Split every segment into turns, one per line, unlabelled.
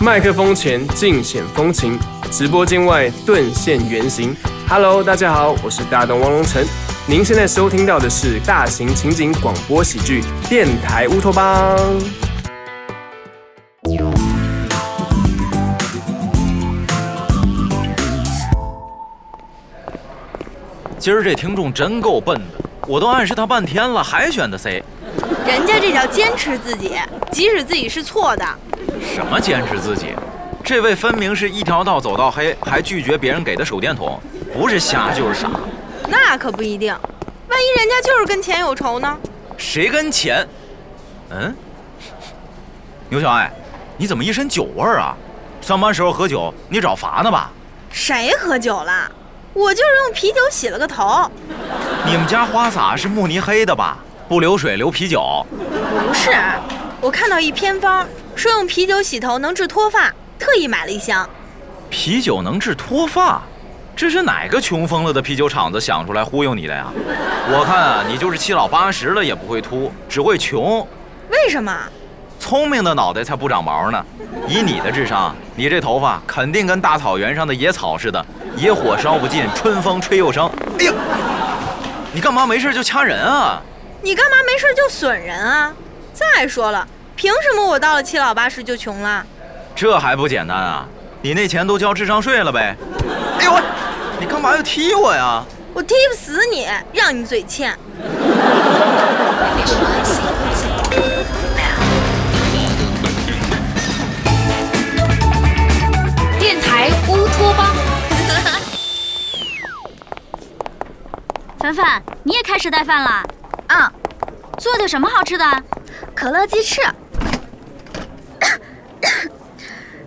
麦克风前尽显风情，直播间外顿现原形。Hello，大家好，我是大东汪龙城。您现在收听到的是大型情景广播喜剧电台乌托邦。
今儿这听众真够笨的，我都暗示他半天了，还选的 C，
人家这叫坚持自己，即使自己是错的。
什么坚持自己？这位分明是一条道走到黑，还拒绝别人给的手电筒，不是瞎就是傻。
那可不一定，万一人家就是跟钱有仇呢？
谁跟钱？嗯？牛小爱，你怎么一身酒味儿啊？上班时候喝酒，你找罚呢吧？
谁喝酒了？我就是用啤酒洗了个头，
你们家花洒是慕尼黑的吧？不流水流啤酒。
不是。啊我看到一偏方，说用啤酒洗头能治脱发，特意买了一箱。
啤酒能治脱发，这是哪个穷疯了的啤酒厂子想出来忽悠你的呀？我看啊，你就是七老八十了也不会秃，只会穷。
为什么？
聪明的脑袋才不长毛呢。以你的智商，你这头发肯定跟大草原上的野草似的，野火烧不尽，春风吹又生。哎呀，你干嘛没事就掐人啊？
你干嘛没事就损人啊？再说了，凭什么我到了七老八十就穷了？
这还不简单啊？你那钱都交智商税了呗？哎呦喂，你干嘛要踢我呀？
我踢不死你，让你嘴欠。
电台乌托邦。凡凡，你也开始带饭了？
啊，
做的什么好吃的？
可乐鸡翅，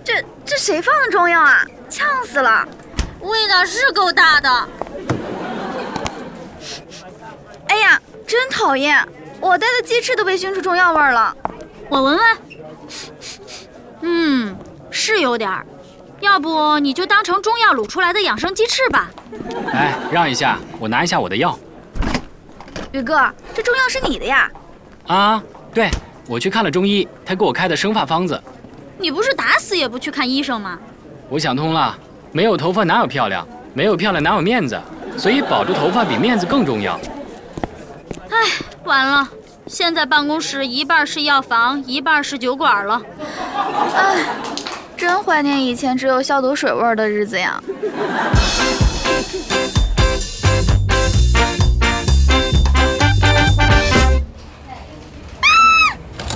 这这谁放的中药啊？呛死了！
味道是够大的。
哎呀，真讨厌！我带的鸡翅都被熏出中药味儿了。
我闻闻。嗯，是有点儿。要不你就当成中药卤出来的养生鸡翅吧。
哎，让一下，我拿一下我的药
宇哥，这中药是你的呀？
啊。对，我去看了中医，他给我开的生发方子。
你不是打死也不去看医生吗？
我想通了，没有头发哪有漂亮，没有漂亮哪有面子，所以保住头发比面子更重要。
完了，现在办公室一半是药房，一半是酒馆了。
真怀念以前只有消毒水味儿的日子呀！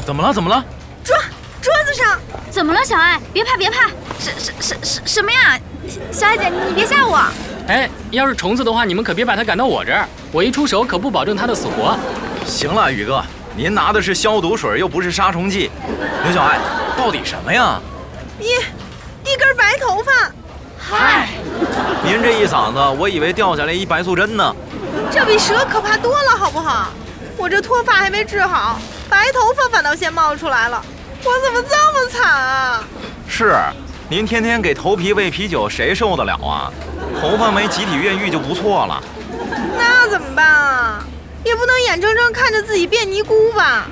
怎么了？怎么了？
桌桌子上
怎么了，小爱？别怕，别怕。
什什什什什么呀？小爱姐，你别吓我！
哎，要是虫子的话，你们可别把它赶到我这儿，我一出手可不保证它的死活。
行了，宇哥，您拿的是消毒水，又不是杀虫剂。牛小爱，到底什么呀？
一一根白头发，
嗨，
您这一嗓子，我以为掉下来一白素贞呢。
这比蛇可怕多了，好不好？我这脱发还没治好，白头发反倒先冒出来了，我怎么这么惨啊？
是，您天天给头皮喂啤酒，谁受得了啊？头发没集体越狱就不错了。
那怎么办啊？也不能眼睁睁看着自己变尼姑吧？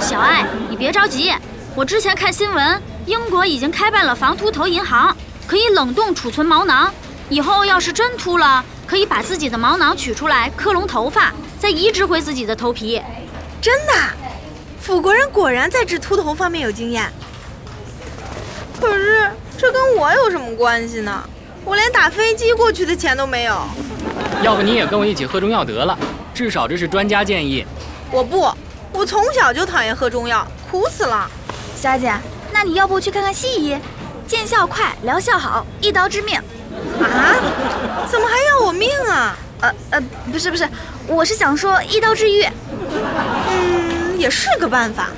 小爱，你别着急。我之前看新闻，英国已经开办了防秃头银行，可以冷冻储存毛囊，以后要是真秃了，可以把自己的毛囊取出来克隆头发，再移植回自己的头皮。
真的，辅国人果然在治秃头方面有经验。可是这跟我有什么关系呢？我连打飞机过去的钱都没有。
要不你也跟我一起喝中药得了，至少这是专家建议。
我不，我从小就讨厌喝中药，苦死了。
小爱姐，啊那你要不去看看西医？见效快，疗效好，一刀致命。
啊？怎么还要我命啊？
呃呃，不是不是，我是想说一刀治愈。
嗯，也是个办法。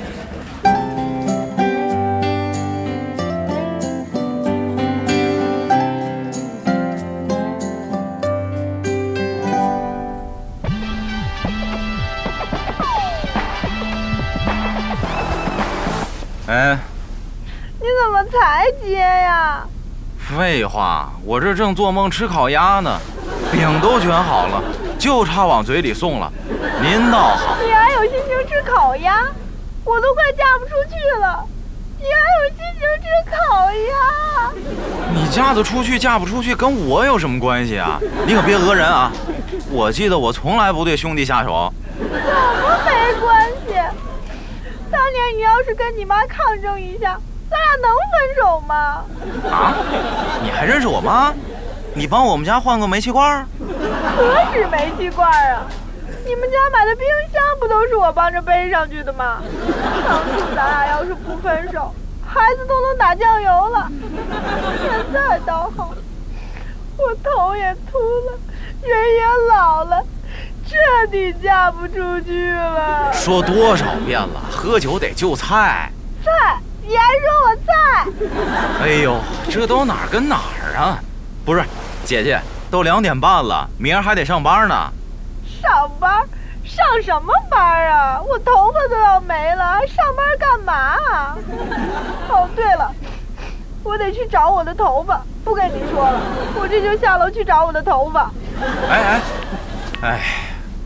哎，
你怎么才接呀？
废话，我这正做梦吃烤鸭呢，饼都卷好了，就差往嘴里送了。您倒好，
你还有心情吃烤鸭？我都快嫁不出去了，你还有心情吃烤鸭？
嫁得出去嫁不出去跟我有什么关系啊？你可别讹人啊！我记得我从来不对兄弟下手。
没关系，当年你要是跟你妈抗争一下，咱俩能分手吗？
啊？ 你还认识我妈？你帮我们家换过煤气罐儿？
何止煤气罐啊！你们家买的冰箱不都是我帮着背上去的吗？当初咱俩要是不分手，孩子都能打酱油了。现在倒好，我头也秃了，人也老了，彻底嫁不出去了。
说多少遍了，喝酒得就菜。
菜，你还说我菜？
哎呦，这都哪儿跟哪儿啊？不是，姐姐，都两点半了，明儿还得上班呢。
上班？上什么班啊？我头发都要没了，还上班干嘛啊？哦，对了，我得去找我的头发。不跟你说了，我这就下楼去找我的头发。
哎哎，哎，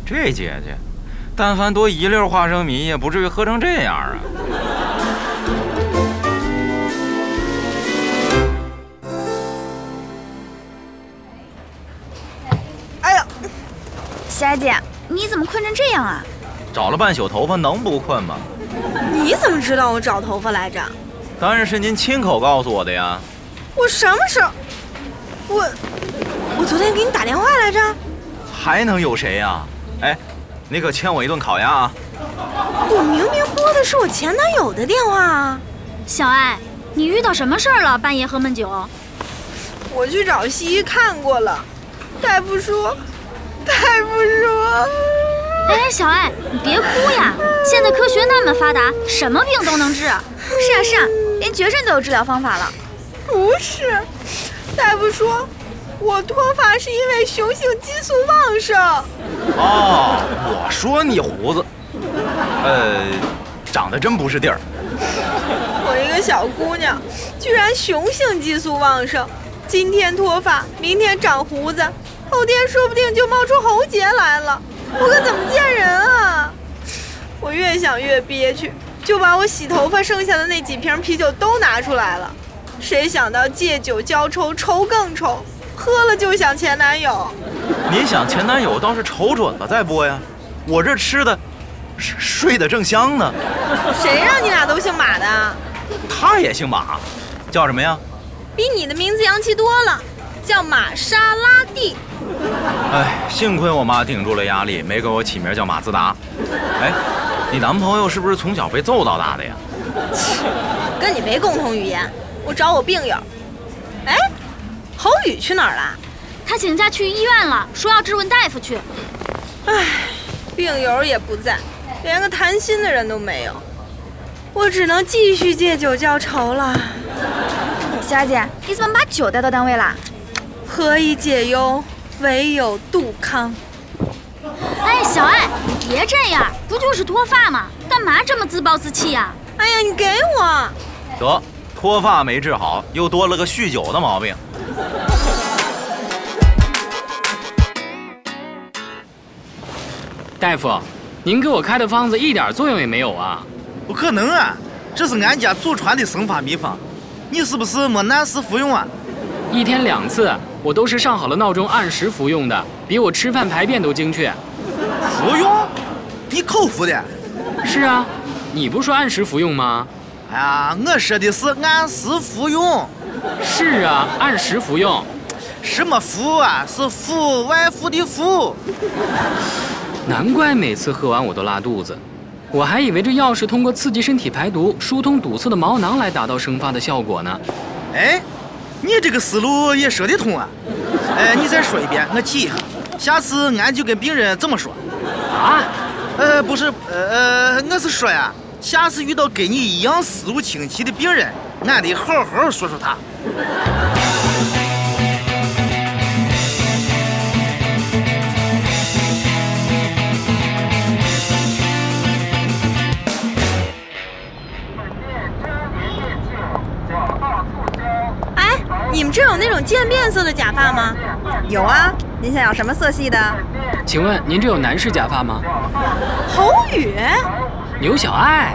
这姐姐，但凡多一溜花生米，也不至于喝成这样啊。
哎呦，
霞姐，你怎么困成这样啊？
找了半宿头发，能不困吗？
你怎么知道我找头发来着？
当然是您亲口告诉我的呀。
我什么时候？我我昨天给你打电话来着？
还能有谁呀、哎，你可欠我一顿烤鸭啊！
我明明拨的是我前男友的电话啊！
小艾，你遇到什么事儿了？半夜喝闷酒？
我去找西医看过了，大夫说，大夫说，
哎，小艾，你别哭呀！现在科学那么发达，什么病都能治。
是啊是啊，连绝症都有治疗方法了。
不是，
大夫说，我脱发是因为雄性激素旺盛。
哦，我说你胡子，呃，长得真不是地儿。
我一个小姑娘，居然雄性激素旺盛，今天脱发，明天长胡子，后天说不定就冒出喉结来了，我可怎么见人啊？我越想越憋屈，就把我洗头发剩下的那几瓶啤酒都拿出来了。谁想到借酒浇愁，愁更愁，喝了就想前男友。
您想前男友倒是瞅准了再播呀，我这吃的，睡睡得正香呢。
谁让你俩都姓马的啊？
他也姓马，叫什么呀？
比你的名字洋气多了，叫玛莎拉蒂。
哎，幸亏我妈顶住了压力，没给我起名叫马自达。哎，你男朋友是不是从小被揍到大的呀？
跟你没共同语言，我找我病友。哎，侯宇去哪儿了？
他请假去医院了，说要质问大夫去。
唉，病友也不在，连个谈心的人都没有，我只能继续借酒浇愁了。
霞姐，啊你怎么把酒带到单位啦？
何以解忧，唯有杜康。
哎，小艾，你别这样，不就是脱发吗？干嘛这么自暴自弃呀、
哎呀，你给我！
得，脱发没治好，又多了个酗酒的毛病。
大夫，您给我开的方子一点作用也没有啊！
不可能啊！这是俺家祖传的生发秘方，你是不是没按时服用啊？
一天两次，我都是上好了闹钟按时服用的，比我吃饭排便都精确。
服用？你口服的？
是啊，你不说按时服用吗？
哎呀，我说的是按时服用，
是啊，按时服用。
什么服啊？是服外服的服。
难怪每次喝完我都拉肚子，我还以为这药是通过刺激身体排毒、疏通堵塞的毛囊来达到生发的效果呢。
哎，你这个思路也说得通啊！哎，你再说一遍，我记一下，下次俺就跟病人这么说。
啊，
呃，不是，呃，我是说呀，下次遇到跟你一样思路清奇的病人，俺得好好说说他。
哎，你们这有那种渐变色的假发吗？
有啊，您想要什么色系的？
请问您这有男士假发吗？
侯宇。
牛小爱。